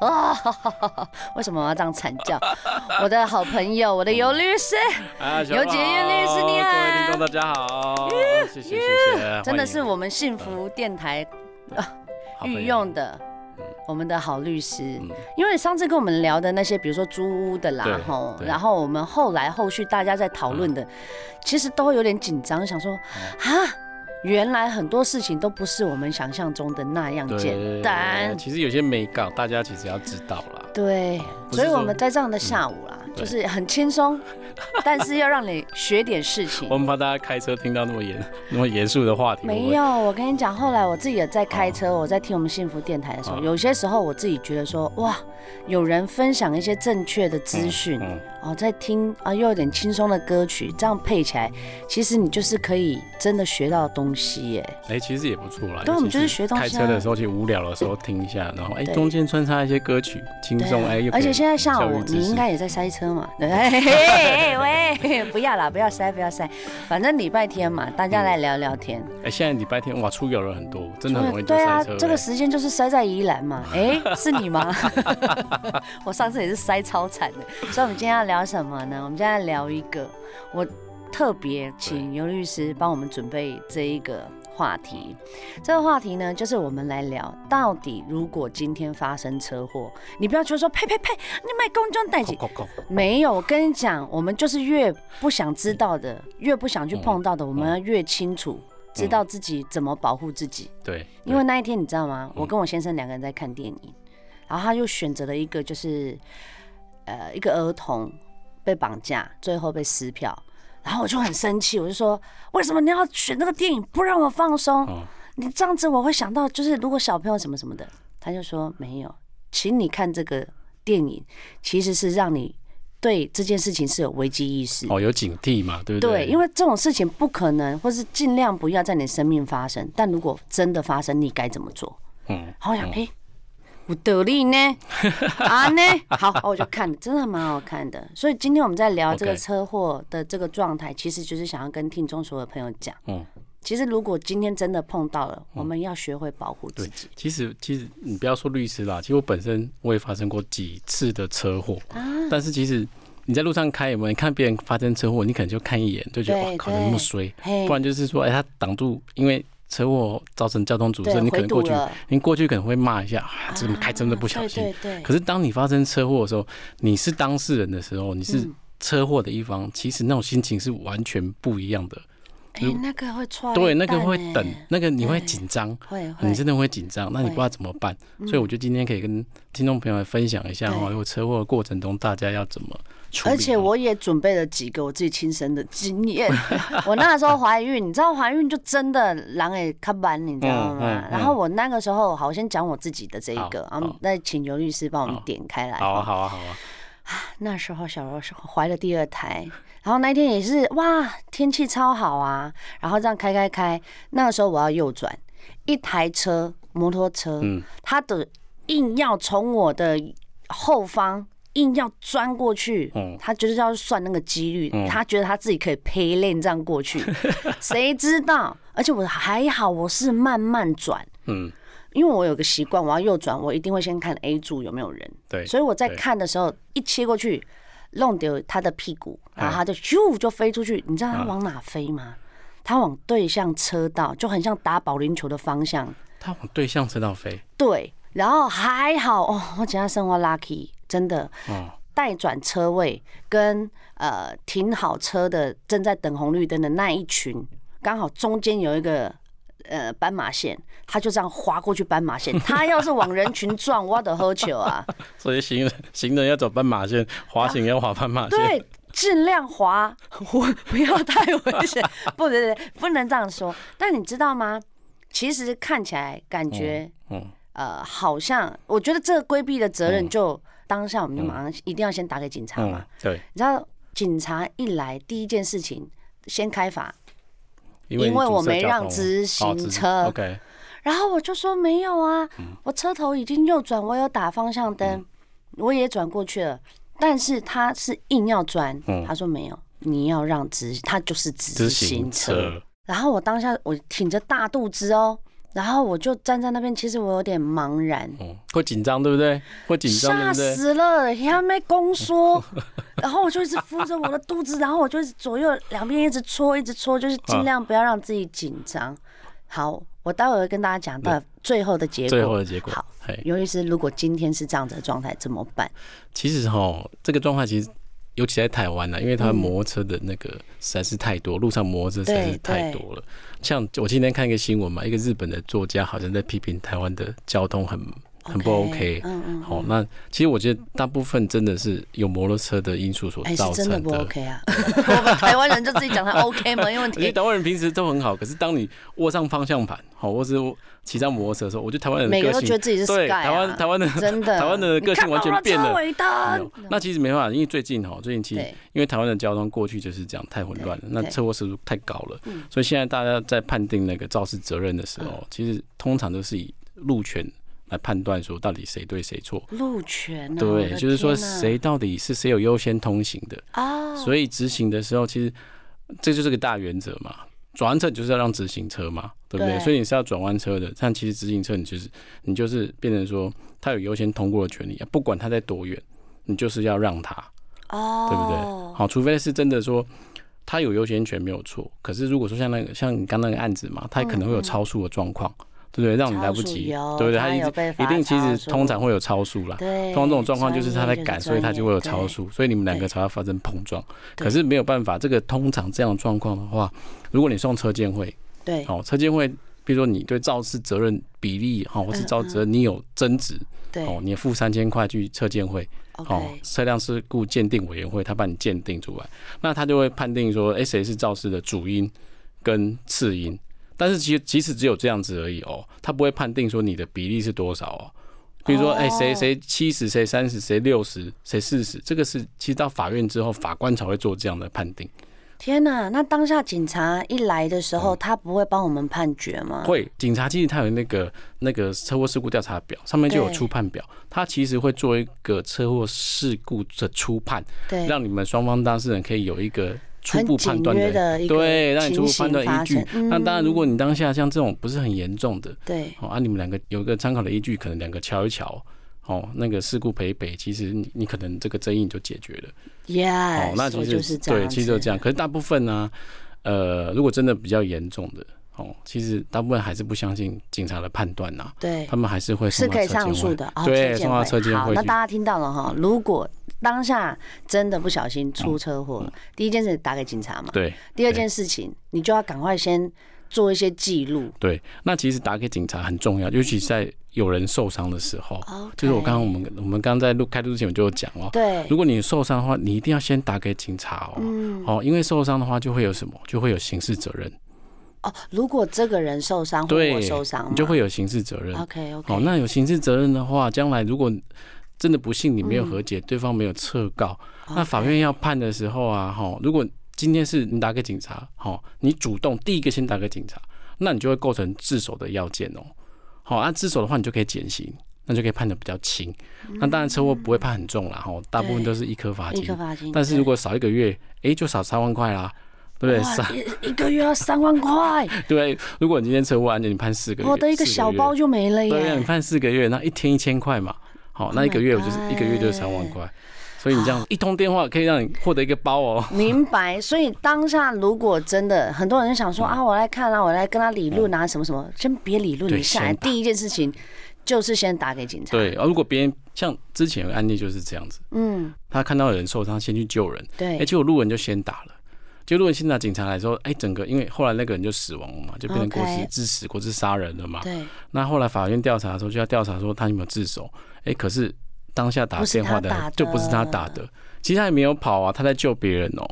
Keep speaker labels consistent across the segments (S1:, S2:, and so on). S1: 啊、 为什么我要这样惨叫？我的好朋友，我的尤律师，
S2: 啊，
S1: 有检验律师你好
S2: 各位听众大家好，谢谢谢谢，
S1: 真的是
S2: 欢迎
S1: 我们幸福电台
S2: 好朋友
S1: 御用的，我们的好律师。
S2: 嗯
S1: 因为上次跟我们聊的那些，比如说租屋的啦
S2: 对，
S1: 吼，
S2: 对嗯
S1: 然后我们后来后续大家在讨论的，其实都有点紧张，想说啊，原来很多事情都不是我们想象中的那样
S2: 对
S1: 简单。
S2: 其实有些美感大家其实要知道啦，
S1: 对，
S2: 不是
S1: 所以
S2: 说嗯
S1: 我们在这样的下午啦，就
S2: 对
S1: 是很轻松，但是要让你学点事情
S2: 我。们怕大家开车听到那么严 那么严肃的话题，
S1: 没
S2: 会
S1: 有，我跟你讲，后来我自己也在开车，我在听我们幸福电台的时候，
S2: 嗯
S1: 有些时候我自己觉得说，哇，有人分享一些正确的资讯
S2: 不会，嗯，
S1: 哦，在听啊，又有点轻松的歌曲，这样配起来，其实你就是可以真的学到东西耶。
S2: 哎、其实也不错啦，
S1: 对我们
S2: 尤其
S1: 就是学东西啊
S2: 开车的时候，其实无聊的时候听一下，然后哎、
S1: 对啊
S2: 中间穿插一些歌曲，轻松哎，又可以
S1: 而且现在下
S2: 教
S1: 午
S2: 育知识
S1: 你应该也在塞车嘛？对，嘿嘿嘿喂，不要啦，不要塞，不要塞，反正礼拜天嘛，大家来聊聊天。
S2: 哎、现在礼拜天哇，出游人很多，真的很容易就
S1: 对啊
S2: 塞车、，
S1: 这
S2: 哎
S1: 个时间就是塞在宜兰 嘛。哎、是你吗？ 我上次也是塞超惨的。所以，我们今天要聊什么呢？我们今天要聊一个，我特别请尤律师帮我们准备这一个话题。这个话题呢，就是我们来聊到底如果今天发生车祸，你不要觉得说呸呸呸，你买公众代
S2: 扣
S1: 起。
S2: 扣扣
S1: 没有，我跟你讲，我们就是越不想知道的，越不想去
S2: 嗯
S1: 碰到的，我们要越清楚，知道自己怎么保护自己。
S2: 对，嗯
S1: 因为那一天你知道吗？我跟我先生两个人在看电影，然后他又选择了一个就是，呃，一个儿童被绑架，最后被撕票，然后我就很生气，我就说为什么你要选那个电影不让我放松？
S2: 嗯
S1: 你这样子我会想到就是如果小朋友什么什么的，他就说没有，请你看这个电影其实是让你对这件事情是有危机意识。
S2: 哦，有警惕嘛，对不
S1: 对，
S2: 对？
S1: 因
S2: 为
S1: 为这种事情不可能，或是尽量不要在你生命发生。但如果真的发生，你该怎么做？
S2: 嗯，
S1: 好想哎、诶有道理呢， 啊呢，好，我就看了，真的蛮好看的。所以今天我们在聊这个
S2: OK
S1: 车祸的这个状态，其实就是想要跟听众所有的朋友讲，
S2: 嗯，
S1: 其实如果今天真的碰到了，我们要学会保护自己
S2: 其实，其实你不要说律师啦，其实我本身我也发生过几次的车祸，
S1: 啊
S2: 但是其实你在路上开有没有？你看别人发生车祸，你可能就看一眼就觉得
S1: 对
S2: 哇靠，怎么那
S1: 对
S2: 么衰？
S1: 嘿
S2: 不，然就是说，哎、他挡住，因为车祸造成交通阻塞，
S1: 对
S2: 你可
S1: 回
S2: 能
S1: 堵
S2: 过去
S1: 了，
S2: 你过去可能会骂一下，啊，这怎么开真的不小
S1: 对
S2: 心。
S1: 啊对对，
S2: 可是当你发生车祸的时候，你是当事人的时候，你是
S1: 嗯
S2: 车祸的一方，其实那种心情是完全不一样的。
S1: 哎、那个会踹蛋欸，
S2: 对，那个会等，那个你会
S1: 对
S2: 紧张。
S1: 会
S2: 你
S1: 会，嗯
S2: 真的会紧张，那你不知道怎么办，所以我觉得今天可以跟听众朋友来分享一下
S1: 对
S2: 哦，如果车祸的过程中大家要怎么处理。
S1: 而且我也准备了几个我自己亲身的经验。 我那时候怀孕，你知道怀孕就真的狼也看板，你知道吗
S2: 嗯嗯？嗯
S1: 然后我那个时候，好，我先讲我自己的这一个，
S2: 好
S1: 啊
S2: 好，
S1: 那请尤律师帮我们点开来。
S2: 好啊，好啊，好啊，
S1: 那时候小柔是怀了第二胎，然后那一天也是哇，天气超好啊，然后这样开开开，那个时候我要右转，一台车摩托车，
S2: 嗯
S1: 它的硬要从我的后方。硬要钻过去
S2: 嗯，
S1: 他就是要算那个几率，
S2: 嗯
S1: 他觉得他自己可以陪练这样过 去，谁知道？而且我还好，我是慢慢转，
S2: 嗯，
S1: 因为我有个习惯，我要右转，我一定会先看 A 柱有没有人，
S2: 对，
S1: 所以我在
S2: 对
S1: 看的时候一切过去，弄丢他的屁股，
S2: 啊
S1: 然后他就咻就飞出去。你知道他往哪飞吗？他往对向车道，就很像打保龄球的方向。
S2: 他往对向车道飞，
S1: 对，然后还好哦，我讲他生活 lucky，真的
S2: 哦，
S1: 待转车位跟呃停好车的正在等红绿灯的那一群，刚好中间有一个。呃，斑马线，他就这样划过去斑马线。他要是往人群撞，我得喝酒啊！
S2: 所以行人行人要走斑马线，滑行要滑斑马线，
S1: 对，尽量滑， 我不要太危 险，不能不能这样说。但你知道吗？其实看起来感觉，
S2: 嗯
S1: 呃，好像我觉得这个规避的责任就，当下我们就马
S2: 嗯
S1: 上一定要先打给警察嘛。
S2: 嗯，对，
S1: 你知道，警察一来，第一件事情先开罚，
S2: 因为
S1: 因为
S2: 你阻
S1: 我
S2: 塞
S1: 没
S2: 交
S1: 让
S2: 通
S1: 直
S2: 哦
S1: 行
S2: 直
S1: 车
S2: OK，
S1: 然后我就说没有啊，我车头已经右转，我有打方向灯，我也转过去了，但是他是硬要转
S2: 嗯，
S1: 他说没有，你要让直，他就是直
S2: 直
S1: 行
S2: 行
S1: 车。
S2: 车，
S1: 然后我当下我挺着大肚子哦，然后我就站在那边，其实我有点茫然，
S2: 嗯，会紧张对不对？会紧张对
S1: 吓
S2: 不对？
S1: 死了，还没宫缩， 然后我就一直扶着我的肚子，然后我就一直左右两边一直搓，一直搓，就是尽量不要让自己紧张。好，我待会儿会跟大家讲到最后的结
S2: 最后
S1: 果。
S2: 的结果
S1: 好，
S2: 嘿，
S1: 尤其是如果今天是这样子的状态怎么办？
S2: 其实哈，这个状态其实尤其在台湾啊呢，因为它
S1: 嗯
S2: 摩托车的那个实在是太多，路上摩托车实在
S1: 对
S2: 是太
S1: 对
S2: 多了。像我今天看一个新闻嘛，一个日本的作家好像在批评台湾的交通很很不 OK。
S1: 嗯嗯，
S2: 好、那其实我觉得大部分真的是有摩托车的因素所
S1: 哎、
S2: 造
S1: 是真的
S2: 成
S1: 不
S2: 的。
S1: OK 啊！我们台湾人就自己讲他 OK 没问
S2: 因为
S1: 题，
S2: 台湾人平时都很好，可是当你握上方向盘，好，或是骑上摩托车的时候，我觉得台湾人的
S1: 每个
S2: 个
S1: 都
S2: 性
S1: 觉得自己是 Sky
S2: 对
S1: 啊，
S2: 台湾台湾的
S1: 真的
S2: 台湾的个性完全变
S1: 你
S2: 了
S1: 看到
S2: 没
S1: 了
S2: 有
S1: 车尾灯，
S2: 那其实没办法，因为最近哈，最近其实
S1: 哦嗯对
S2: 因为台湾的交通过去就是这样，太混乱了，那
S1: 对
S2: 车祸时速太高了，所以现在大家在判定那个肇事责任的时
S1: 嗯
S2: 候，其实通常都是以路权来判断说到底谁对谁错。
S1: 路权、啊，我
S2: 对，
S1: 的
S2: 就是说
S1: 天啊
S2: 谁到底是谁有优先通行的，
S1: 啊，
S2: 所以执行的时候，其实这就是个大原则嘛。转弯车就是要让直行车嘛，对不对？
S1: 对
S2: 所以你是要转弯车的，但其实直行车你就是你就是变成说，它有优先通过的权利啊，不管它在多远，你就是要让它。
S1: 哦，
S2: 对不对？好，除非是真的说他有优先权没有错，可是如果说像那个像你刚那个案子嘛，他可能会有超速的状况，对不对？让你来不及
S1: 嗯超速有，
S2: 对不对？
S1: 他
S2: 一
S1: 有被
S2: 直
S1: 罚
S2: 一定其
S1: 超
S2: 实
S1: 速
S2: 通常会有超速啦。
S1: 对，
S2: 通常这种状况就是他在
S1: 专业
S2: 赶，
S1: 是
S2: 所以他
S1: 专
S2: 就会有
S1: 业
S2: 超
S1: 对
S2: 速，所以你们两
S1: 对
S2: 个才会发生碰撞。
S1: 对
S2: 可是没有办法，这个通常这样的状况的话，如果你送车监会，
S1: 对，
S2: 哦，车监会，比如说你对肇事责任比例，哈、哦，或是
S1: 嗯
S2: 肇事责任你有争执，
S1: 对
S2: 哦，你付三千块去车监会，哦
S1: OK，，
S2: 车辆事故鉴定委员会他帮你鉴定出来，那他就会判定说，哎、谁是肇事的主因跟次因。但是其实即使只有这样子而已哦，他不会判定说你的比例是多少哦。比如说，
S1: 哦
S2: 哎、谁谁七十，谁三十，谁六十，谁四十，这个是其实到法院之后，法官才会做这样的判定。
S1: 天哪！那当下警察一来的时候，他不会帮我们判决吗？
S2: 哦会，警察其实他有那个那个车祸事故调查表，上面就有
S1: 对
S2: 初判表，他其实会做一个车祸事故的初判，
S1: 对，
S2: 让你们双方当事人可以有一个初
S1: 很
S2: 步判
S1: 简
S2: 断
S1: 约
S2: 的，
S1: 的一个
S2: 对，让你
S1: 情
S2: 初步判
S1: 形
S2: 断
S1: 发
S2: 依据
S1: 生。。
S2: 那当然，如果
S1: 嗯
S2: 你当下像这种不是很严重的，
S1: 对
S2: 哦，啊，你们两个有一个参考的依据，可能两个瞧一瞧。哦，那个事故赔赔，其实你你可能这个争议你就解决了。
S1: ，yes，
S2: 哦，那其
S1: 我
S2: 实
S1: 哎就是这样
S2: 对，
S1: 子，
S2: 其实就这样。可是大部分呢、呃，如果真的比较严重的，哦，其实大部分还是不相信警察的判断呐、
S1: 对
S2: 他。们还是会送
S1: 是
S2: 到
S1: 可以
S2: 车监
S1: 上诉
S2: 会
S1: 的，哦
S2: 对，
S1: 车
S2: 送
S1: 检
S2: 到
S1: 会
S2: 车监
S1: 好，
S2: 会
S1: 那
S2: 去
S1: 大家听到了哈，如果当下真的不小心出车祸了，第一件事打给警察嘛，
S2: 嗯对。
S1: 第二
S2: 对
S1: 件事情你就要赶快先做一些记录。
S2: 对，那其实打给警察很重要，尤其在有人受伤的时候。
S1: 哦，
S2: 就是我刚刚我们我们刚在录开录之前我就有讲哦，
S1: 对
S2: 如，果你受伤的话，你一定要先打给警察哦。
S1: 嗯，
S2: 哦，因为受伤的话就会有什么，就会有刑事责任，
S1: 哦，如果这个人受伤或
S2: 对
S1: 我受伤嘛，
S2: 你就会有刑事责任。
S1: OK OK，
S2: 哦，那有刑事责任的话，将来如果真的不幸你没有和解，对方没有撤告，
S1: 嗯
S2: 那法院要判的时候啊，哈、如果今天是你打给警察，哈、你主动第一个先打给警察，那你就会构成自首的要件哦。好、啊，自首的话你就可以减刑，那就可以判的比较轻。那当然车祸不会判很重啦，哈、大部分都是一颗罚
S1: 一
S2: 金
S1: 颗。罚金，
S2: 但是
S1: 对
S2: 如果少一个月，诶，就少三万块啦，对不对？
S1: 哇
S2: 三
S1: 一一个月要三万块，
S2: 对，如果你今天车祸案件你判四个月，
S1: 我哦的一个
S2: 四
S1: 小
S2: 月
S1: 包就没了
S2: 对啊，你
S1: 耶。
S2: 判四个月，那一天一千块嘛，好，那
S1: Oh
S2: 一个月
S1: my
S2: 我就是一个月就是三万块，所以你这样一通电话可以让你获得一个 包哦。
S1: 明白，所以当下如果真的很多人想说啊，我来看啊，我来跟他理论啊，什么什么，先别理论，
S2: 嗯对
S1: 你下来
S2: 先打
S1: 第一件事情就是先打给警察。
S2: 对，啊，如果别人像之前有个案例就是这样子，
S1: 嗯，
S2: 他看到有人受伤，先去救人，哎，
S1: 对，
S2: 结果路人就先打了。结果路人先打警察来之后，哎，整个因为后来那个人就死亡了嘛，就变成过
S1: OK
S2: 失致死、过失杀人了嘛。
S1: 对，
S2: 那后来法院调查的时候，就要调查说他有没有自首。哎，可是当下打
S1: 不是
S2: 电话的
S1: 他打
S2: 人
S1: 的
S2: 就不是他打的，其实他也没有跑啊，他在救别人哦。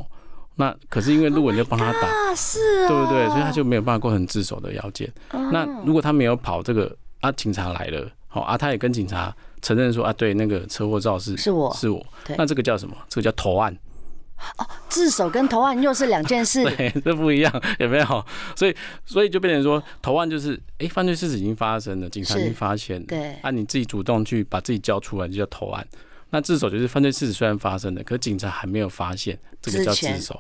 S2: 那可是因为路人就帮他打，
S1: 啊，是啊，哦
S2: 对不对？所以他就没有办法构成自首的要件。那如果他没有跑这个啊，警察来了，好啊，他也跟警察承认说啊，对，那个车祸肇事
S1: 是我
S2: 是我
S1: 对，
S2: 那这个叫什么？这个叫投案，
S1: 自首跟投案又是两件事。
S2: 对， 这不一样，有没有？所以，所以就变成说，投案就是，哎、犯罪事实已经发生了，警察已经
S1: 是
S2: 发现了，
S1: 对
S2: 啊，你自己主动去把自己交出来，就叫投案。那自首就是犯罪事实虽然发生了，可是警察还没有发现，这个
S1: 之
S2: 叫自
S1: 前
S2: 首，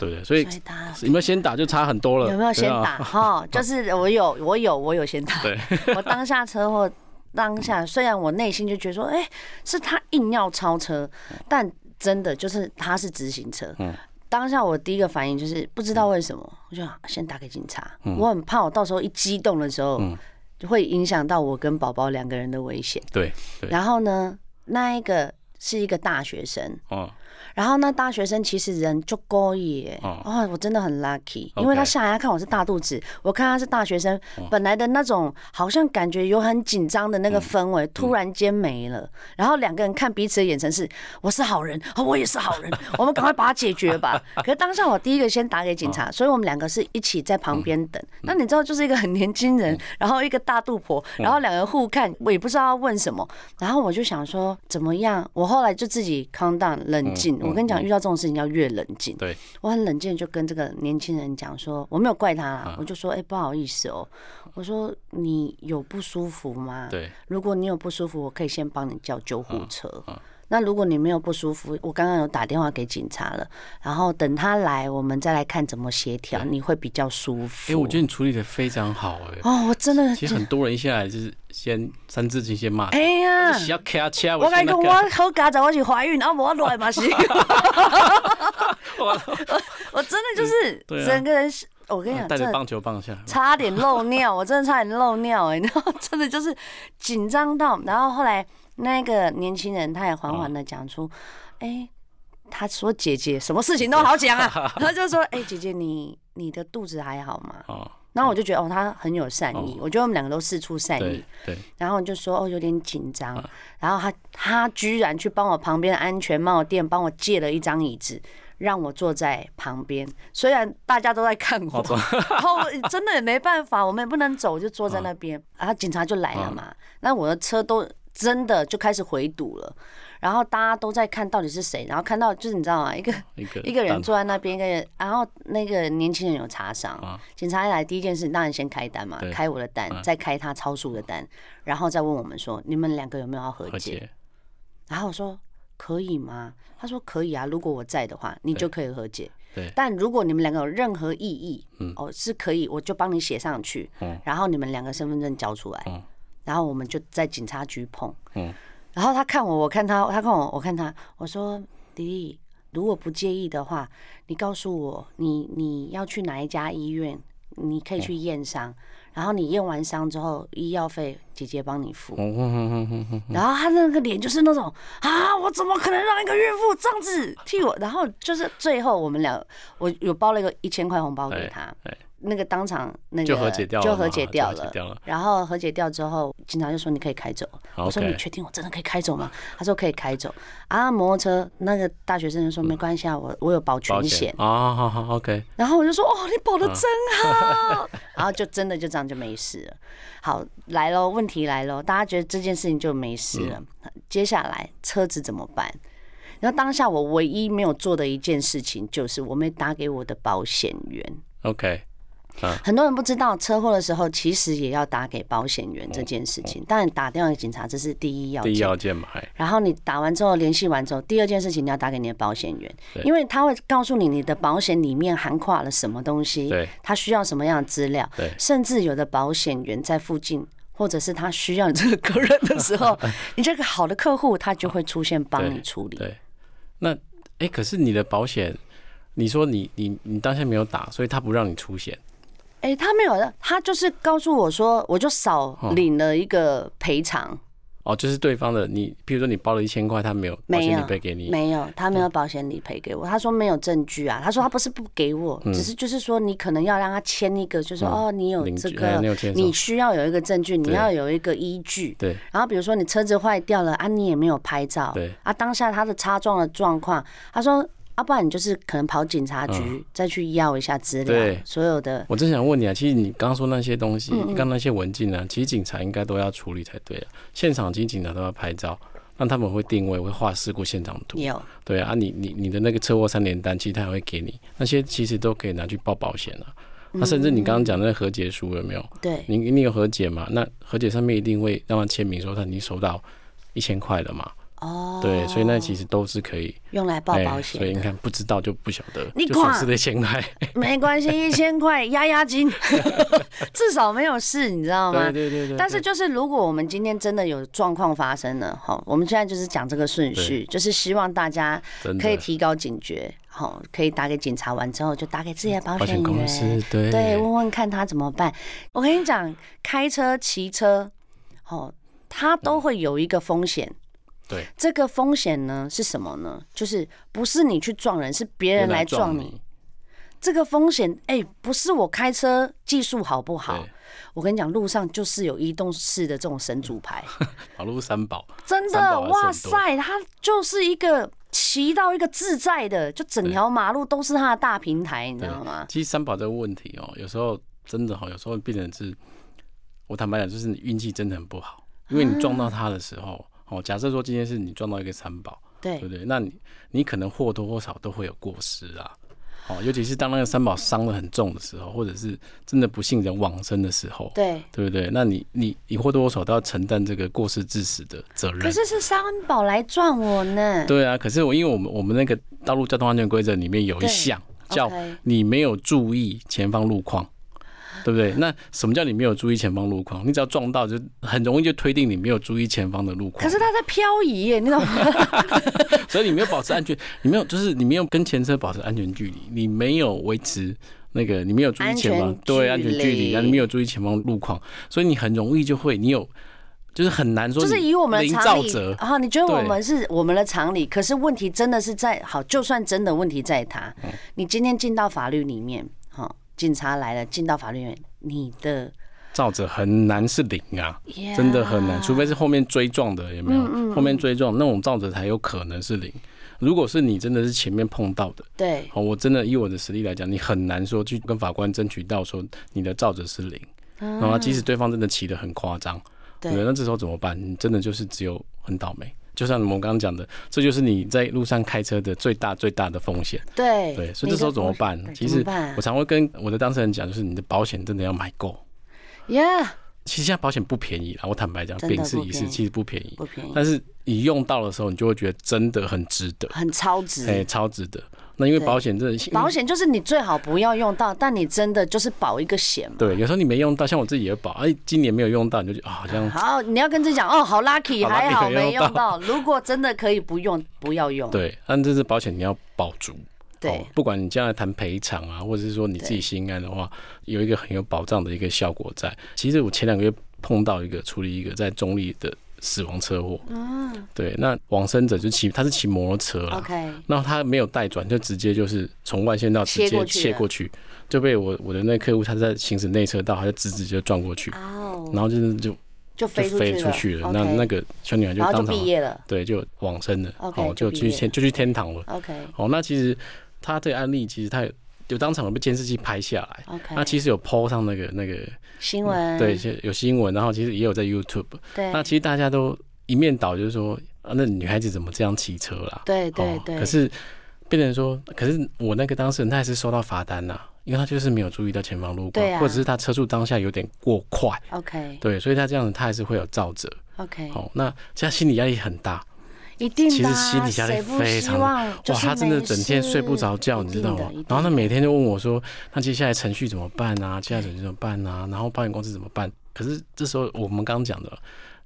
S2: 对不对？所以
S1: 所以大家
S2: 有没有先打就差很多了，
S1: 有没有先
S2: 对啊
S1: 打？哈？就是我有，我有，我有先打。
S2: 对
S1: 我当下车祸，当下虽然我内心就觉得说，哎、是他硬要超车，但真的就是他是直行车。
S2: 嗯
S1: 当下我第一个反应就是不知道为什么，我就想先打给警察，我很怕我到时候一激动的时候
S2: 嗯，
S1: 就会影响到我跟宝宝两个人的危险。
S2: 对对，
S1: 然后呢，那一个是一个大学生，
S2: 哦，
S1: 然后那大学生其实人就高耶，
S2: 哦
S1: 哦我真的很 lucky，
S2: OK 哦
S1: 因为他下来他看我是大肚子，我看他是大学生，本来的那种好像感觉有很紧张的那个氛
S2: 嗯
S1: 围，突然间没了。然后两个人看彼此的眼神是，我是好人， 哦我也是好人，我们赶快把它解决 吧。可是当下我第一个先打给警
S2: 哦
S1: 察，所以我们两个是一起在旁边等。
S2: 嗯
S1: 那你知道，就是一个很年轻人，然后一个大肚
S2: 哦
S1: 婆，然后两个人互看，我也不知道要问什么。然后我就想说怎么样？我后来就自己 calm down 冷静。
S2: 嗯
S1: 我跟你讲，遇到这种事情要越冷静。
S2: 对，
S1: 我很冷静，就跟这个年轻人讲说，我没有怪他
S2: 啊
S1: 啦，我就说，哎，不好意思哦，我说你有不舒服吗？
S2: 对，
S1: 如果你有不舒服，我可以先帮你叫救护车。
S2: 嗯
S1: 那如果你没有不舒服，我刚刚有打电话给警察了，然后等他来，我们再来看怎么协调，你会比较舒服。
S2: 哎、我觉得你处理的非常好、哎、
S1: 哦，我真的，
S2: 其实很多人一下来就是先三字经先骂，
S1: 哎呀，
S2: 要开车，
S1: 我跟
S2: 先
S1: 你
S2: 那
S1: 讲，
S2: 个哦
S1: 我好家仔我是怀孕，啊，我落来嘛是，
S2: 我
S1: 我真的就是
S2: 对啊啊
S1: 整个人是，我跟你讲，
S2: 带
S1: 真的
S2: 着棒球棒下来，
S1: 差点漏尿， 我真的差点漏尿哎、 然后真的就是紧张到，然后后来那个年轻人他也缓缓的讲出，哎、他说姐姐什么事情都好讲啊，然后就说，哎、姐姐你你的肚子还好吗？
S2: 哦，
S1: 然后我就觉得哦，他很有善意，我觉得我们两个都事出善意
S2: 对，对，
S1: 然后我就说哦有点紧张，然后他他居然去帮我旁边的安全帽店帮我借了一张椅子，让我坐在旁边。虽然大家都在看我， 然后我真的也没办法，我们也不能走，就坐在那边。然后警察就来了嘛，那我的车都真的就开始回堵了，然后大家都在看到底是谁，然后看到就是你知道吗？一个
S2: 一个
S1: 一个
S2: 单
S1: 人坐在那边，一个人，然后那个年轻人有擦伤，
S2: 啊
S1: 警察一来第一件事当然先开单嘛
S2: 对，啊
S1: 开我的单，再开他超速的单，然后再问我们说你们两个有没有要和
S2: 和
S1: 解？
S2: 解，
S1: 然后我说可以吗？他说可以啊，如果我在的话，你就可以和解。
S2: 对
S1: 但如果你们两个有任何异议，哦是可以，我就帮你写上去，
S2: 嗯
S1: 然后你们两个身份证交出来，
S2: 嗯
S1: 然后我们就在警察局碰。
S2: 嗯
S1: 然后他看我，我看他，他看我，我看他，我说迪迪，如果不介意的话，你告诉我你你要去哪一家医院，你
S2: 嗯
S1: 可以去验伤，然后你验完伤之后，医药费姐姐帮你付。
S2: 嗯哼哼哼哼哼，
S1: 然后他那个脸就是那种啊，我怎么可能让一个孕妇这样子替我？然后就是最后我们俩，我有包了一个一千块红包给他，
S2: 哎，
S1: 那个当场那个
S2: 就和解掉了
S1: 就
S2: 嘛
S1: 和解掉
S2: 就和
S1: 了
S2: 解掉了。
S1: 然后和解掉之后，警察就说你可以开走。
S2: 好
S1: 我说你
S2: ，OK，
S1: 确定我真的可以开走吗？他说可以开走。啊，摩托车那个大学生就说没关系啊，我我有保
S2: 保
S1: 全
S2: 险
S1: 险。
S2: 啊，好好 OK，
S1: 然后我就说哦，你保的真好，然后就真的就这样就没事了。好，来喽，问题来喽，大家觉得这件事情就没事了，接下来车子怎么办？然后当下我唯一没有做的一件事情就是我没打给我的保险员。
S2: OK，
S1: 很多人不知道车祸的时候其实也要打给保险员这件事情，当然打电话给警察这是第一要
S2: 第一
S1: 件。
S2: 要件嘛，哎，
S1: 然后你打完之后联系完之后，第二件事情你要打给你的保险员，因为他会告诉你你的保险里面涵括了什么东西，
S2: 对
S1: 他需要什么样的资料
S2: 对，
S1: 甚至有的保险员在附近。或者是他需要你这个客人的时 候，你这个好的客户他就会出现帮你处理。
S2: 对，那哎，可是你的保险，你说你你你当下没有打，所以他不让你出险，
S1: 哎、他没有，他就是告诉我说，我就少领了一个赔偿，
S2: 哦，就是对方的你，譬如说你包了一千块，他没有保
S1: 没有
S2: 险理赔给你，
S1: 没有，他没有保险理赔给我。他说没有证据啊，他说他不是不给我，
S2: 嗯
S1: 只是就是说你可能要让他签一个，就是、哦，你有
S2: 领
S1: 这
S2: 据哎
S1: 个
S2: 你有签，收
S1: 你需要有一个证据，你
S2: 对
S1: 要有一个依据。
S2: 对
S1: 然后比如说你车子坏掉了啊，你也没有拍照，
S2: 对
S1: 啊，当下他的擦撞的状况，他说。啊，不然你就是可能跑警察局、再去要一下资料
S2: 嗯对，
S1: 所有的
S2: 我正想问你啊，其实你刚刚说那些东
S1: 嗯
S2: 西，你刚刚那些文件呢、啊，其实警察应该都要处理才对啊。现场其实警察都要拍照，那他们会定位，会画事故现场图。
S1: 有
S2: 对啊，你你你的那个车祸三连单，其实他也会给你，那些其实都可以拿去报保险啊。那甚至你刚刚讲的那和解书有没有？
S1: 对
S2: 你你有和解嘛？那和解上面一定会让他签名说他已经收到一千块了嘛？
S1: 哦，
S2: 对，所以那其实都是可以
S1: 用来报
S2: 哎
S1: 保
S2: 所以
S1: 险
S2: 你
S1: 的，
S2: 看不知道就不晓得，
S1: 你
S2: 就损
S1: 看
S2: 失了一千块。
S1: 没关系，一千块压压 惊，至少没有事，你知道吗
S2: 对？对对对。
S1: 但是就是，如果我们今天真的有状况发生了，好，我们现在就是讲这个顺序，就是希望大家
S2: 真的
S1: 可以提高警觉，好，可以打给警察，完之后就打给自己的保
S2: 保
S1: 险
S2: 险公司
S1: 员，
S2: 对
S1: 对，问问看他怎么办。我跟你讲，开车、骑车，哦，它都会有一个风险。
S2: 对，
S1: 这个风险呢是什么呢？就是不是你去撞人，是别人来撞你。，这个风险，哎、不是我开车技术好不好
S2: 对？
S1: 我跟你讲，路上就是有移动式的这种神主 牌，
S2: 马路三宝，
S1: 真
S2: 三
S1: 的，
S2: 宝还是很
S1: 哇
S2: 多
S1: 塞，它就是一个骑到一个自在的，就整条马路都是它的大平台，你知
S2: 对
S1: 道吗？
S2: 其实三宝这个问题哦、有时候真的哈、哦有时候变成是，我坦白讲，就是你运气真的很不好，因为你撞
S1: 啊
S2: 到他的时候，哦、假设说今天是你撞到一个三宝，对
S1: 对
S2: 不，对？那你你可能或多或少都会有过失啊。哦，尤其是当那个三宝伤得很重的时候，或者是真的不幸人往生的时候，
S1: 对。
S2: 对不对？那你你你或多或少都要承担这个过失致死的责任。
S1: 可是是三宝来撞我呢，
S2: 对啊，可是我因为我们我们那个道路交通安全规则里面有一
S1: 对
S2: 项叫
S1: OK
S2: 你没有注意前方路况，对不对？那什么叫你没有注意前方路况？你只要撞到，就很容易就推定你没有注意前方的路况。
S1: 可是它在漂移耶，你懂吗？
S2: 所以你没有保持安全， 你没有就是你没有跟前车保持安全距离，你没有维持那个你没有注意前方
S1: 安全距离
S2: 对啊安全距离，然后你没有注意前方路况，所以你很容易就会你有就是很难说
S1: 就是
S2: 你
S1: 以我们的
S2: 零
S1: 常
S2: 造
S1: 理
S2: 者
S1: 啊，你觉得我
S2: 对
S1: 们是我们的常理，可是问题真的是在好，就算真的问题在他，
S2: 嗯
S1: 你今天进到法律里面，好，警察来了，进到法律里面，你的
S2: 造者很难是零啊。真的很难，除非是后面追撞的，有没
S1: 嗯
S2: 有？后面追撞那种造者才有可能是零。如果是你真的是前面碰到的，
S1: 对，
S2: 哦，我真的以我的实力来讲，你很难说去跟法官争取到说你的造者是零。然后即使对方真的骑得很夸张，
S1: 啊对
S2: 那这时候怎么办？你真的就是只有很倒霉。就像我们刚刚讲的，这就是你在路上开车的最大最大的风险。
S1: 对
S2: 对，所以这时候怎么办？其
S1: 怎
S2: 实
S1: 么办
S2: 我常会跟我的当事人讲，就是你的保险真的要买够。
S1: 呀，
S2: 其实现在保险不便宜啦，我坦白讲，
S1: 真的
S2: 丙式
S1: 不
S2: 乙式
S1: 便宜
S2: 其实不便宜，
S1: 不便宜，
S2: 但是你用到的时候，你就会觉得真的很值得，
S1: 很超
S2: 哎、
S1: 值。
S2: 超值得。那因为
S1: 对
S2: 保险真的，
S1: 保险就是你最好不要用到，但你真的就是保一个险嘛。
S2: 对，有时候你没用到，像我自己也保，哎、今年没有用到，你就觉得啊，好像
S1: 好，你要跟自己讲哦，好 lucky，
S2: 好 lucky，
S1: 还好没
S2: 没用
S1: 用到。如果真的可以不用，不要用。
S2: 对，但这次保险你要保足。
S1: 对
S2: 哦，不管你将来谈赔偿啊，或者是说你自己心安的话，有一个很有保障的一个效果在。其实我前两个月碰到一个处理一个在中立的死亡车祸，嗯，对，那往生者就骑他是骑摩托车啦，
S1: ，OK，
S2: 那他没有带转，就直接就是从外线道直
S1: 切过
S2: 接
S1: 去
S2: 切
S1: 了
S2: 过去，就被我我的那客户他在行驶内车道，他就直直就撞过去，
S1: 哦，
S2: 然后就是就
S1: 就
S2: 就
S1: 飞出去
S2: 飞
S1: 了，
S2: 出去了。那
S1: OK
S2: 那个小女孩就
S1: 然后就
S2: 当场
S1: 毕业了
S2: 对就往生了，
S1: OK，
S2: 哦，就
S1: 就毕业
S2: 去天就去天堂了。
S1: ，OK
S2: 哦，那其实他这个案例其实他有有当场有被监视器拍下来。
S1: OK，
S2: 那其实有 PO 上那个那个
S1: 新闻
S2: 对，就有新闻，然后其实也有在 YouTube。
S1: 对
S2: 那其实大家都一面倒，就是说，啊，那女孩子怎么这样骑车啦？
S1: 对对
S2: 哦
S1: 对，
S2: 可是变成说，可是我那个当事人他还是收到罚单呐、因为他就是没有注意到前方路
S1: 对
S2: 况，
S1: 啊
S2: 或者是他车速当下有点过快，
S1: OK
S2: 对，所以他这样子他还是会有造责。
S1: OK，
S2: 哦，那这样心理压力很大，
S1: 一定的啊
S2: 其实心理压力
S1: 谁不
S2: 非常
S1: 希望就
S2: 哇，
S1: 是
S2: 他真的
S1: 没
S2: 整天睡不
S1: 事
S2: 着觉，
S1: 一
S2: 你知
S1: 定
S2: 道
S1: 的
S2: 吗
S1: 一定？
S2: 然后他
S1: 的
S2: 每天就问我说，那接下来程序怎么办啊？接下来程序怎么办啊？然后保险公司怎么办？可是这时候我们刚刚讲的，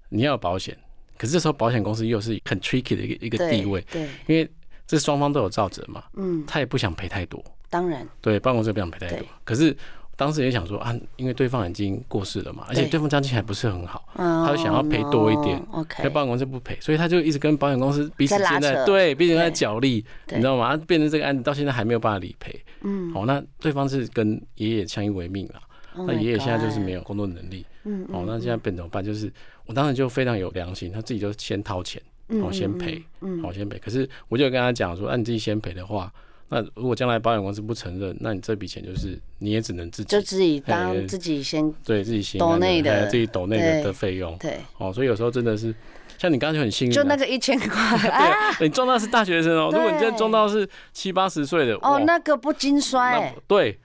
S2: 你要有保险，可是这时候保险公司又是很 tricky 的一个一个
S1: 对
S2: 地位，
S1: 对，
S2: 因为这双方都有造责嘛，
S1: 嗯，
S2: 他也不想赔太多，
S1: 当然
S2: 对，办公室也不想赔太多
S1: 对。
S2: 可是当时也想说啊，因为对方已经过世了嘛，而且
S1: 对
S2: 对方家境还不是很好，
S1: 他
S2: 就想要赔多一点那
S1: 哦 OK，
S2: 保险公司不赔，所以他就一直跟保险公司彼
S1: 在
S2: 此
S1: 拉
S2: 现在
S1: 扯
S2: 对彼此
S1: 对
S2: 在角力，
S1: 对
S2: 你知道吗？啊变成这个案子到现在还没有办法理赔。
S1: 嗯，
S2: 哦，那对方是跟爷爷相依为命了，
S1: Oh
S2: 那
S1: my
S2: 爷爷现在就是没
S1: God，
S2: 有工作能力。
S1: 嗯
S2: 哦，那现在变怎么办？就是我当时就非常有良心，他自己就先掏钱，
S1: 嗯
S2: 哦，先赔，哦，先赔。可是我就跟他讲说，那、啊你自己先赔的话，那如果将来保险公司不承认，那你这笔钱就是你也只能自己
S1: 就自己
S2: 哎
S1: 当
S2: 哎
S1: 自己先
S2: 对自己心
S1: 抖
S2: 安
S1: 内的
S2: 哎自己抖内
S1: 对
S2: 的的费用。
S1: 对
S2: 哦，所以有时候真的是，像你刚才就很幸运啊，
S1: 就那个一千块啊，
S2: 哎对，你撞到是大学生哦、如果你现在
S1: 对
S2: 撞到是七八十岁的，哇
S1: 哦，那个不经摔、
S2: 那
S1: 欸，
S2: 对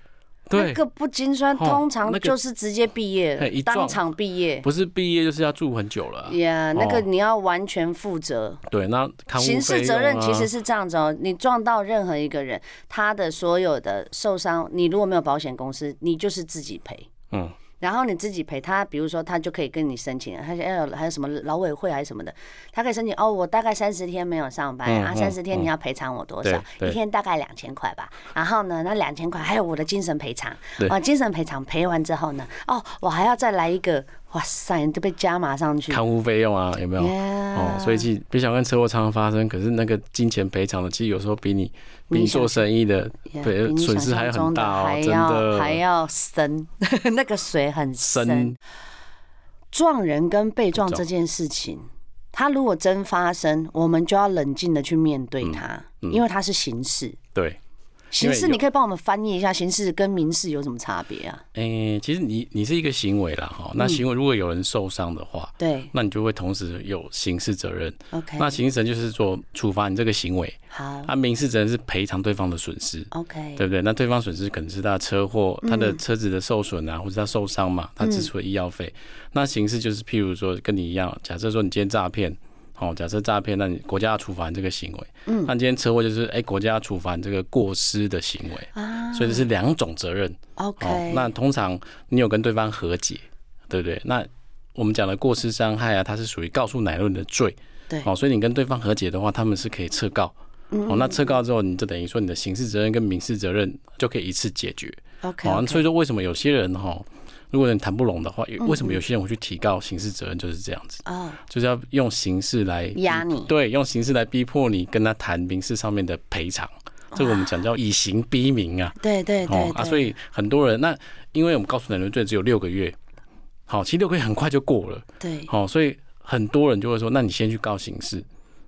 S1: 那
S2: 对，
S1: 个不经摔，
S2: 哦
S1: 通常
S2: 那个
S1: 就是直接毕业
S2: 嘿一
S1: 了，
S2: 撞
S1: 当场毕业。
S2: 不是毕业就是要住很久了啊、
S1: 呀那个
S2: 哦
S1: 你要完全负责，
S2: 对，那看护
S1: 刑
S2: 费
S1: 事
S2: 用
S1: 责任
S2: 啊
S1: 其实是这样子哦，你撞到任何一个人，他的所有的受伤，你如果没有保险公司，你就是自己赔。
S2: 嗯，
S1: 然后你自己赔他，比如说他就可以跟你申请了，他说哎呦还有什么劳委会还是什么的，他可以申请哦，我大概三十天没有上班、
S2: 嗯
S1: 啊，
S2: 嗯
S1: 三十天你要赔偿我多少
S2: 对？对
S1: 一天大概两千块吧。然后呢，那两千块还有我的精神赔偿，
S2: 对
S1: 啊，精神赔偿赔完之后呢，哦，我还要再来一个，哇塞，你都被加码上去。
S2: 看护费用啊，有没有？哦，所以其实别想跟车祸常常发生，可是那个金钱赔偿的，其实有时候比你
S1: 你
S2: 比你
S1: 想
S2: 做生意的赔
S1: 比你
S2: 损
S1: 想
S2: 失还
S1: 象
S2: 很
S1: 中的
S2: 大哦
S1: 还
S2: 真
S1: 要
S2: 的
S1: 还要深， 那个水很深
S2: 深。
S1: 撞人跟被撞
S2: 撞
S1: 这件事情，它如果真发生，我们就要冷静的去面
S2: 嗯
S1: 对它，因为它是刑事。
S2: 对。
S1: 刑事
S2: 有
S1: 你可以帮我们翻译一下，刑事跟民事有什么差别啊？
S2: 诶、其实你你是一个行为啦，哈，
S1: 嗯
S2: 那行为如果有人受伤的话，
S1: 对
S2: 那你就会同时有刑事责任。
S1: ，OK，
S2: 那刑事责任就是说处罚你这个行为，
S1: 好
S2: 那民事责任是赔偿对方的损失，
S1: ，OK，
S2: 对不嗯对？那对方损失可能是他的车祸、他的车子的受损啊，或者他受伤嘛，他支出的医药费。那刑事就是譬如说跟你一样，假设说你今天诈骗。哦，假设诈骗，那你国家要处罚你这个行为。嗯，那你今天车祸就是，哎、国家要处罚你这个过失的行为，
S1: 啊
S2: 所以这是两种责任。哦
S1: ，OK，，
S2: 那通常你有跟对方和解，对不对？那我们讲的过失伤害啊，它是属于告诉乃论的罪。
S1: 对嗯
S2: 哦，所以你跟对方和解的话，他们是可以撤告。哦，那撤告之后，你就等于说你的刑事责任跟民事责任就可以一次解决。
S1: OK，嗯
S2: 哦，
S1: OK
S2: 所以说为什么有些人哈、哦，如果你谈不拢的话，有为什么有些人会去提告刑事责任，就是这样子，
S1: 哦，
S2: 就是要用刑事来
S1: 压你
S2: 对，用刑事来逼迫你跟他谈民事上面的赔偿。这个我们讲叫以刑逼民啊。
S1: 对对对
S2: 哦
S1: 对，
S2: 啊，所以很多人那因为我们告诉奶轮罪只有六个月，好，其实六个月很快就过了，
S1: 对
S2: 好、所以很多人就会说，那你先去告刑事。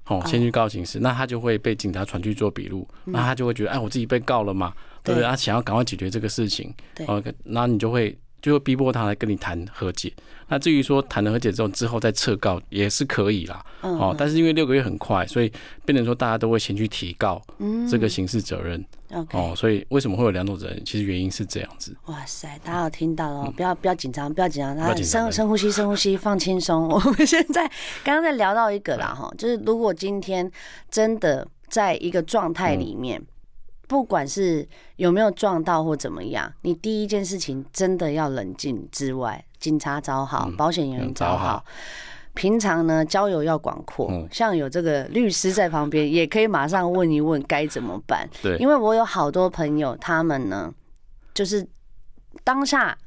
S2: 哦，先去告刑事，那他就会被警察传去做笔录，那他就会觉得，哎，我自己被告了嘛，对不
S1: 嗯对
S2: 对？他想要赶快解决这个事情，
S1: 对
S2: 哦，那你就会就会逼迫他来跟你谈和解。那至于说谈了和解之后，之后再撤告也是可以啦，
S1: 嗯
S2: 哦，但是因为六个月很快，所以变成说大家都会先去提告
S1: 嗯
S2: 这个刑事责任，
S1: OK，
S2: 哦，所以为什么会有两种责任？其实原因是这样子。
S1: 哇塞，大家有听到了哦，不要不要紧张，不要紧张，大
S2: 嗯要
S1: 家
S2: 紧张
S1: 深深呼吸，深呼吸，放轻松。 我们现在刚刚在聊到一个啦
S2: 嗯
S1: 哈，就是如果今天真的在一个状态里
S2: 嗯
S1: 面，不管是有没有撞到或怎么样，你第一件事情真的要冷静之外，警察找好，保险员
S2: 嗯
S1: 找
S2: 找
S1: 好
S2: 好。
S1: 平常呢，交友要广阔，
S2: 嗯
S1: 像有这个律师在旁边，也可以马上问一问该怎么办。
S2: 对
S1: 因为我有好多朋友，他们呢，就是当下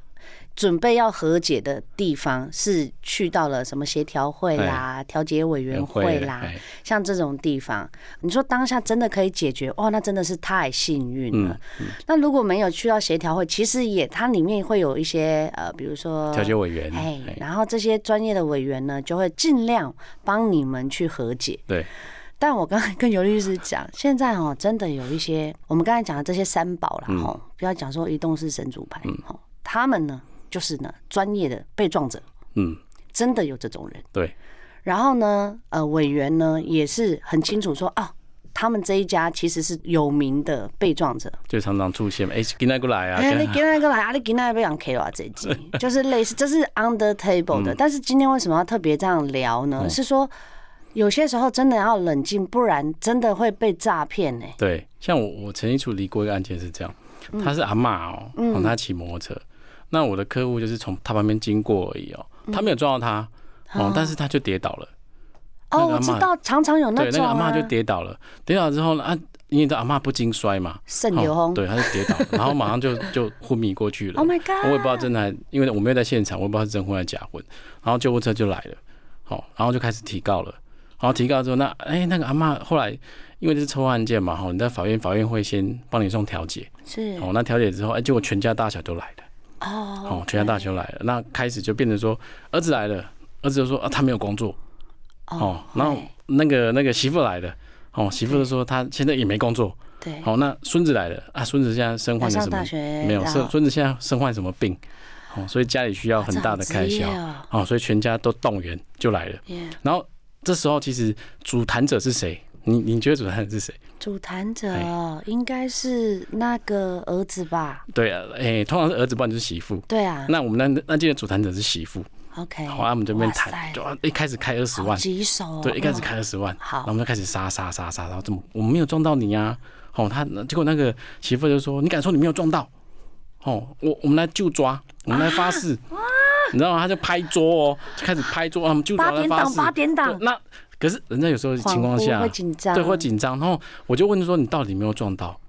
S1: 准备要和解的地方是去到了什么协调会啦、调解委员会啦，
S2: 哎
S1: 像这种地方，你说当下真的可以解决，哇，那真的是太幸运了。
S2: 嗯
S1: 那如果没有去到协调会，其实也它里面会有一些呃，比如说
S2: 调解委员，
S1: 哎
S2: 哎，
S1: 然后这些专业的委员呢，就会尽量帮你们去和解。
S2: 对，
S1: 但我刚才跟尤律师讲，现在哦，真的有一些我们刚才讲的这些三宝啦，哦、不要讲说移动式神主牌，哦，他们呢就是呢专业的被撞者，
S2: 嗯，
S1: 真的有这种人。
S2: 对，
S1: 然后呢，呃，委员呢也是很清楚说，哦，他们这一家其实是有名的被撞者，
S2: 就常常出现，哎，今天过来啊，
S1: 哎、
S2: 跟
S1: 你今天个来，啊，你今天不想 K 啊这一集，就是类似，这是 under table 的。但是今天为什么要特别这样聊呢？是说有些时候真的要冷静，不然真的会被诈骗欸呢。
S2: 对，像我我曾经处理过一个案件是这样，
S1: 嗯
S2: 他是阿嬷哦，哦他骑摩托车，那我的客户就是从他旁边经过而已哦，
S1: 嗯
S2: 他没有撞到他。哦，但是他就跌倒了，
S1: 哦，
S2: 那个
S1: 我
S2: 阿
S1: 知
S2: 嬷
S1: 道，常常有那
S2: 对，那
S1: 种
S2: 个阿
S1: 啊
S2: 嬷就跌倒了，跌倒之后呢，啊，因为这阿嬷不经摔嘛，
S1: 肾
S2: 哦
S1: 流哦风。
S2: 对，他就跌倒了，然后马上就就昏迷过去了
S1: Oh。my Oh god！
S2: 我也不知道真的还，因为我没有在现场，我也不知道是真婚还是假婚。然后救护车就来了，好，然后就开始提告了。然后提告之后，那哎、那个阿嬷后来因为这是抽案件嘛，哈，你在法院，法院会先帮你送调解，
S1: 是
S2: 哦，那调解之后，哎、结果全家大小都来了，
S1: 哦
S2: 哦，全家大小来了，那开始就变成说儿子来了，儿子就说啊他没有工作，哦，然后
S1: 会
S2: 那个那个媳妇来了，哦，媳妇就说他现在也没工作，
S1: 对，
S2: 好，那孙子来了啊，孙子现在身
S1: 要
S2: 患了
S1: 上
S2: 什么
S1: 大？学
S2: 没有，
S1: 然
S2: 孙
S1: 后啊
S2: 孙子现在身患什么病？哦，所以家里需要
S1: 哇
S2: 很
S1: 这
S2: 大
S1: 好
S2: 的
S1: 职
S2: 开
S1: 业
S2: 销，
S1: 哦
S2: 哦，所以全家都动员就来了。
S1: 耶
S2: 然后这时候其实主谈者是谁？你你觉得主谈者是谁？
S1: 主谈者哦
S2: 哎
S1: 应该是那个儿子吧？
S2: 对啊，哎、通常是儿子，不然就是媳妇。
S1: 对啊
S2: 那我们那那届的主谈者是媳妇，
S1: ，OK。
S2: 好，那我们这边
S1: 哇塞
S2: 谈，就啊一开始开二十
S1: 好
S2: 万，
S1: 棘手哦。
S2: 对，一开始
S1: 嗯
S2: 开二十万，
S1: 好
S2: 然后我们就开始杀杀杀杀，然后怎么我们没有撞到你啊？哦，他结果那个媳妇就说：“你敢说你没有撞到？哦，我我们来就抓，我们来
S1: 啊
S2: 发誓。你知道吗？他就拍桌哦，就开始拍桌，啊我们就抓
S1: 八
S2: 来
S1: 点
S2: 发
S1: 档，
S2: 誓。
S1: 八点档
S2: 对，那可是人家有时候情况
S1: 恍惚
S2: 下
S1: 会紧张，
S2: 对会紧张，然后我就问说：“你到底有没有撞到？”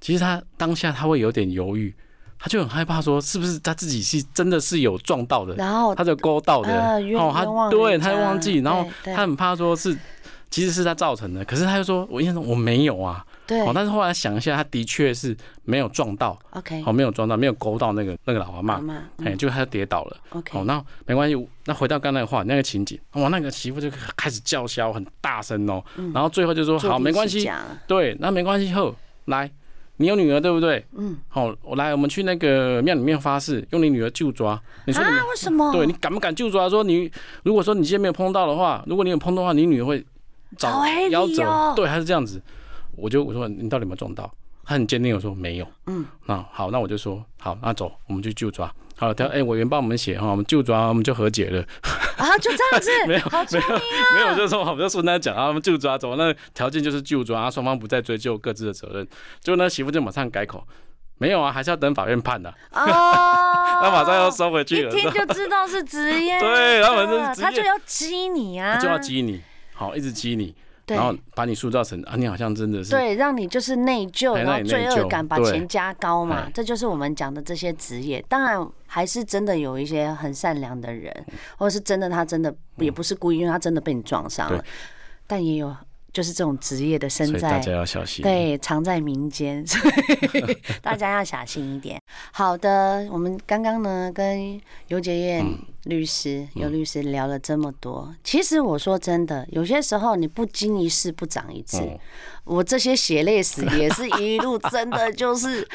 S2: 其实他当下他会有点犹豫，他就很害怕说：“是不是他自己是真的是有撞到的？”
S1: 然后
S2: 他就勾到的，
S1: 哦呃冤
S2: 哦，
S1: 冤枉
S2: 他对，
S1: 人
S2: 他就
S1: 家
S2: 忘记，然后
S1: 对对
S2: 他很怕说是其实是他造成的，可是他就说我印象中我没有啊，
S1: 对
S2: 哦，但是后来想一下，他的确是没有撞到，
S1: ，OK，
S2: 哦，没有撞到，没有勾到那个那个老阿
S1: 妈
S2: 妈，
S1: 妈
S2: 哎，就他就跌倒了，
S1: ，OK，
S2: 哦，那没关系，那回到刚才的话，那个情景，哇，那个媳妇就开始叫嚣很大声哦，
S1: 嗯
S2: 然后最后就说
S1: 坐
S2: 好，
S1: 地
S2: 没关
S1: 起
S2: 系，
S1: 价了，
S2: 对，那没关系，后来你有女儿对不对？
S1: 嗯，
S2: 好、我来，我们去那个庙里面发誓，用你女儿就抓，你说你
S1: 啊，为什么？
S2: 对你敢不敢救主啊？说你如果说你今天没有碰到的话，如果你有碰到的话，你女儿会
S1: 好
S2: 找
S1: 黑
S2: 夭
S1: 理
S2: 折。
S1: 哦
S2: 对，他是这样子。我就我说你到底有没有撞到？他很坚定，我说没有。
S1: 嗯，
S2: 那好，那我就说好，那走，我们去救抓。好，他哎、我原帮我们写哈，我们救抓，我们就和 解了。
S1: 啊，就这样子，
S2: 没有
S1: 好聪明啊，
S2: 没有，我就说，我就顺他讲啊，我们就抓走，那条件就是就抓，双方不再追究各自的责任。结果呢，媳妇就马上改口，没有啊，还是要等法院判的、
S1: 哦，
S2: 那马上要收回
S1: 一
S2: 去了，
S1: 听就知道是职 业的，
S2: 对他们就是职业
S1: 他就要激你啊，
S2: 他就要，激你，好，一直激你，
S1: 对
S2: 然后把你塑造成啊，你好像真的是
S1: 对，让你就是内疚，
S2: 哎
S1: 然
S2: 让
S1: 后
S2: 你
S1: 罪
S2: 内
S1: 恶
S2: 疚
S1: 感把
S2: 对
S1: 钱加高嘛
S2: 哎，
S1: 这就是我们讲的这些职业。当然，还是真的有一些很善良的人，
S2: 嗯
S1: 或者是真的他真的也不是故意，因为他真的被你撞伤了
S2: 对，
S1: 但也有就是这种职业的身
S2: 所以大
S1: 在
S2: 家要小心。
S1: 对，藏在民间，所以 大家要小心一点。好的，我们刚刚呢跟尤杰燕
S2: 嗯
S1: 律师、尤律师聊了这么多，其实我说真的，有些时候你不经一事不长一智，
S2: 嗯
S1: 我这些血泪史也是一 路真的就是。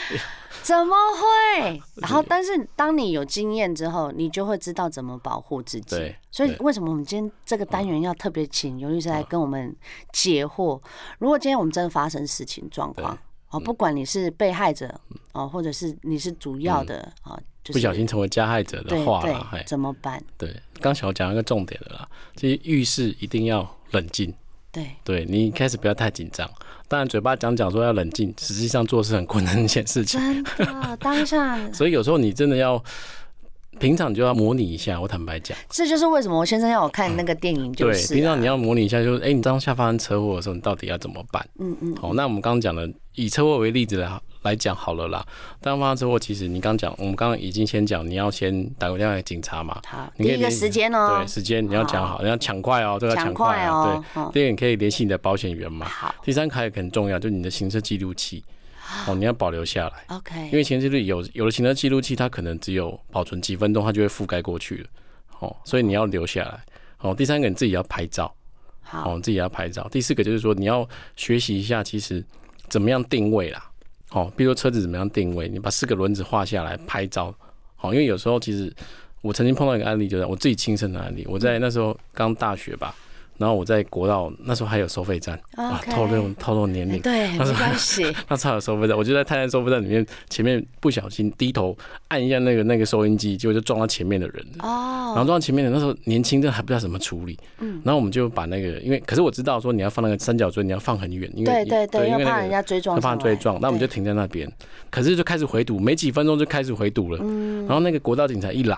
S1: 怎么会？然后，但是当你有经验之后，你就会知道怎么保护自己。
S2: 对
S1: 所以
S2: 对
S1: 为什么我们今天这个单元要特别请尤律师来跟我们解惑？如果今天我们真的发生事情状况
S2: 对，嗯
S1: 哦，不管你是被害者哦，或者是你是主要的哦，就是
S2: 嗯不小心成为加害者的
S1: 对
S2: 话啦，
S1: 对
S2: 哎，
S1: 怎么办？
S2: 对，刚小讲一个重点的啦，其实遇事一定要冷静，
S1: 对
S2: 对你一开始不要太紧张。当然，嘴巴讲讲说要冷静，实际上做事很困难的一件事情，
S1: 真的当下，
S2: 所以有时候你真的要平常就要模拟一下。我坦白讲，
S1: 这就是为什么我先生要我看那个电影，就
S2: 对，
S1: 是
S2: 平
S1: 啊
S2: 常你要模拟一下，就是哎、你当下发生车祸的时候，你到底要怎么办？
S1: 嗯嗯，
S2: 好，那我们刚刚讲的，以车祸为例子来来讲好了啦。当发生车祸，其实你刚讲，我们刚刚已经先讲，你要先打个电话给警察嘛。
S1: 好，第
S2: 你可以
S1: 一个
S2: 联
S1: 时间哦
S2: 对，，时间你要讲好，你要抢快哦，这个
S1: 抢
S2: 抢
S1: 快
S2: 啊。
S1: 哦，哦
S2: 对，第二个你可以联系你的保险员嘛。
S1: 好啊
S2: 第三个还有一个很重要，就是你的行车记录器，哦，你要保留下来，因
S1: ，OK，
S2: 为行车记录有有的行车记录器它可能只有保存几分钟，它就会覆盖过去了，哦，所以你要留下来。哦，第三个你自己要拍照。
S1: 好，
S2: 哦，自己要拍照。第四个就是说，你要学习一下，其实怎么样定位啦。哦，比如说车子怎么样定位，你把四个轮子画下来拍照。哦，因为有时候其实我曾经碰到一个案例，就是我自己亲身的案例。我在那时候刚大学吧，然后我在国道那时候还有收费站啊，
S1: OK
S2: 透露透露年
S1: 哎
S2: 龄。
S1: 对， 没关系，
S2: 那时候还有收费站，我就在泰山收费站里面，前面不小心低头按一下那个那个收音机，结果就撞到前面的人了。然后
S1: 哦，
S2: 撞到前面的那时候年轻，真的还不知道怎么处理。嗯，然后我们就把那个，因为可是我知道说你要放那个三角锥，你要放很远，因
S1: 对
S2: 为
S1: 对对，
S2: 因
S1: 又
S2: 为
S1: 怕
S2: 那
S1: 人
S2: 个
S1: 家追撞
S2: 就
S1: 上
S2: 怕
S1: 来，
S2: 追撞，那我们就停在那边。可是就开始回堵，没几分钟就开始回堵了。
S1: 嗯
S2: 然后那个国道警察一来，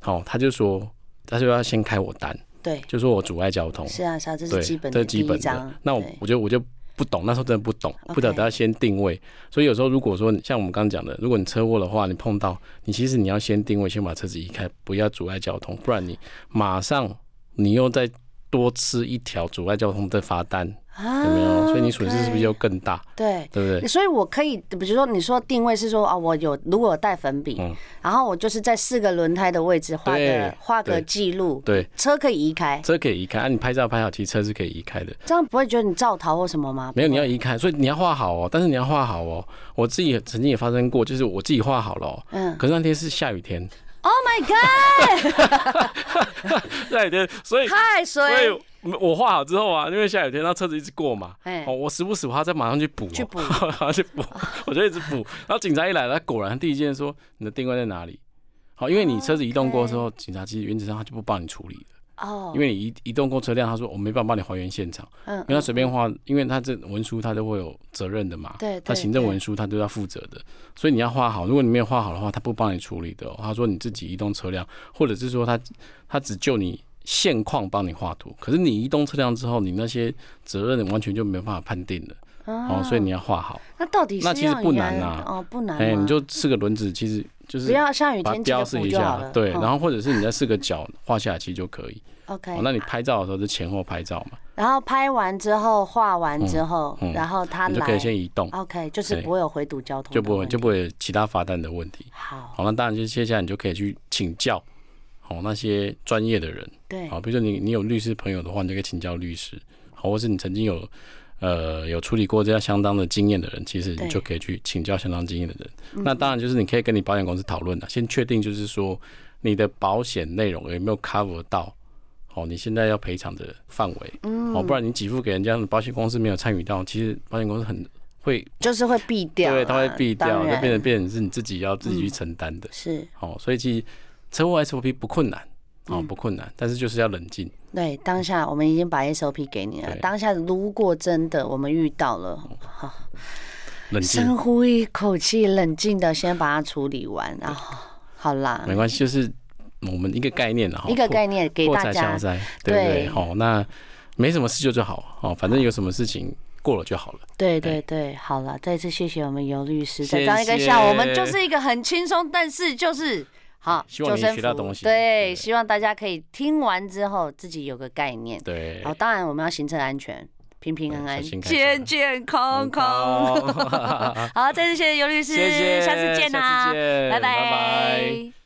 S2: 好，他就说他就要先开我单，
S1: 对，
S2: 就说我阻碍交通
S1: 对，是啊是啊，这
S2: 对，
S1: 是基本
S2: 这
S1: 的
S2: 是
S1: 第
S2: 基
S1: 一
S2: 本
S1: 章
S2: 的。。那我
S1: 对
S2: 我觉得我就不懂，那时候真的不懂，
S1: OK
S2: 不懂得要先定位。所以有时候如果说像我们刚刚讲的，如果你车祸的话，你碰到你其实你要先定位，先把车子移开，不要阻碍交通，不然你马上你又再多吃一条阻碍交通的罚单，
S1: 啊
S2: 有没有？所以你损失是不是
S1: 就
S2: 就更大？
S1: 对？
S2: 对不对？
S1: 所以我可以，比如说你说定位是说啊，我有如果有带粉笔，
S2: 嗯
S1: 然后我就是在四个轮胎的位置画个
S2: 对
S1: 画个
S2: 对
S1: 记录，
S2: 对，
S1: 车可以移开，
S2: 车可以移开，啊，你拍照拍好，其实车是可以移开的。
S1: 这样不会觉得你造逃或什么吗？
S2: 没有，你要
S1: 不会
S2: 移开，所以你要画好哦。但是你要画好哦。我自己也曾经也发生过，就是我自己画好了、哦，
S1: 嗯
S2: 可是那天是下雨天，
S1: ，Oh my my god！
S2: 下雨天，所以
S1: 太
S2: 所以
S1: 水，
S2: 我画好之后啊，因为下雨天，那车子一直过嘛，
S1: 哎
S2: 哦，我时不时我还要再马上去补、哦，
S1: 去 补
S2: 还要去 补，我就一直补。然后警察一来，他果然第一件说你的定位在哪里。好，因为你车子移动过之后，警察其实原则上他就不帮你处理了，
S1: 哦，
S2: 因为你移移动过车辆，他说我没办法帮你还原现场，
S1: 嗯
S2: 因为他随便画，因为他这文书他都会有责任的嘛，
S1: 对，对
S2: 他行政
S1: 对
S2: 文书他都要负责的，所以你要画好。如果你没有画好的话，他不帮你处理的、哦。他说你自己移动车辆，或者是说他他只就你现况帮你画图，可是你移动车辆之后，你那些责任完全就没有办法判定了哦，所以你要画好。
S1: 那到底是
S2: 那其实
S1: 要
S2: 不
S1: 你
S2: 难
S1: 来
S2: 啊
S1: 哦，不难吗，
S2: 哎，你就四个轮子，其实就
S1: 不
S2: 是
S1: 要下雨
S2: 把
S1: 天记
S2: 标
S1: 得
S2: 示
S1: 补
S2: 一
S1: 就好
S2: 下
S1: 了，，
S2: 对，
S1: 哦
S2: 然后或者是你在四个角画下来，其实就可 以。哦
S1: OK，，
S2: 那你拍照的时候就前后拍照嘛，
S1: 然后拍完之后画完之后
S2: 嗯，
S1: 然后他
S2: 你就可
S1: 啊
S2: 以
S1: 来
S2: 先移动，
S1: OK，就是
S2: 对
S1: 不会有回堵交通的
S2: 就不会
S1: 问
S2: 就
S1: 题
S2: 不会有其他罚单的问题。
S1: 好，
S2: 好，那当然就是接下来你就可以去请教，好那些专业的人，
S1: 对，
S2: 好，比如说你你有律师朋友的话，你就可以请教律师，好，或是你曾经有呃有处理过这样相当的经验的人，其实
S1: 对嗯
S2: 你就可以去请教相当经验的人。那当然就是你可以跟你保险公司讨论了，先确定就是说你的保险内容有没有 cover 到。哦，你现在要赔偿的范围，
S1: 嗯
S2: 哦，不然你给付给人家，保险公司没有参与到，其实保险公司很会，
S1: 就是会避掉啦，啊
S2: 对，他会避掉，
S1: 当
S2: 就
S1: 然嗯
S2: 变成变成是你自己要自己去承担的。
S1: 是
S2: 好、哦所以其实车祸 SOP 不困难，哦，
S1: 嗯
S2: 不困难，但是就是要冷静。
S1: 对，当下我们已经把 SOP 给你了。
S2: 对嗯
S1: 当下如果真的我们遇到了，
S2: 冷静
S1: 深呼一口气，冷静的先把它处理完，然后好啦
S2: 没，关系，就是我们一个概念了哈，
S1: 一个
S2: 破
S1: 概念给
S2: 破
S1: 大
S2: 财消
S1: 家。
S2: 灾，对不对？
S1: 对
S2: 好、那没什么事就就好，哦，反正有什么事情过了就好了。
S1: 对对对，好了，再次谢谢我们尤律师，在这
S2: 谢
S1: 样一个下午，我们
S2: 谢
S1: 就是一个很轻松，但是就是。好，
S2: 希望
S1: 救
S2: 你
S1: 生
S2: 学到
S1: 服
S2: 东西
S1: 对，
S2: 对
S1: 希望大家可以听完之后自己有个概念。
S2: 对，
S1: 好，哦当然我们要行车安全，平平安
S2: 对
S1: 安
S2: 小，心开车
S1: 健健康康。
S2: 好
S1: 好，再次谢谢尤律师，
S2: 谢谢，
S1: 下次见啦，啊
S2: 下次见
S1: 拜
S2: 拜拜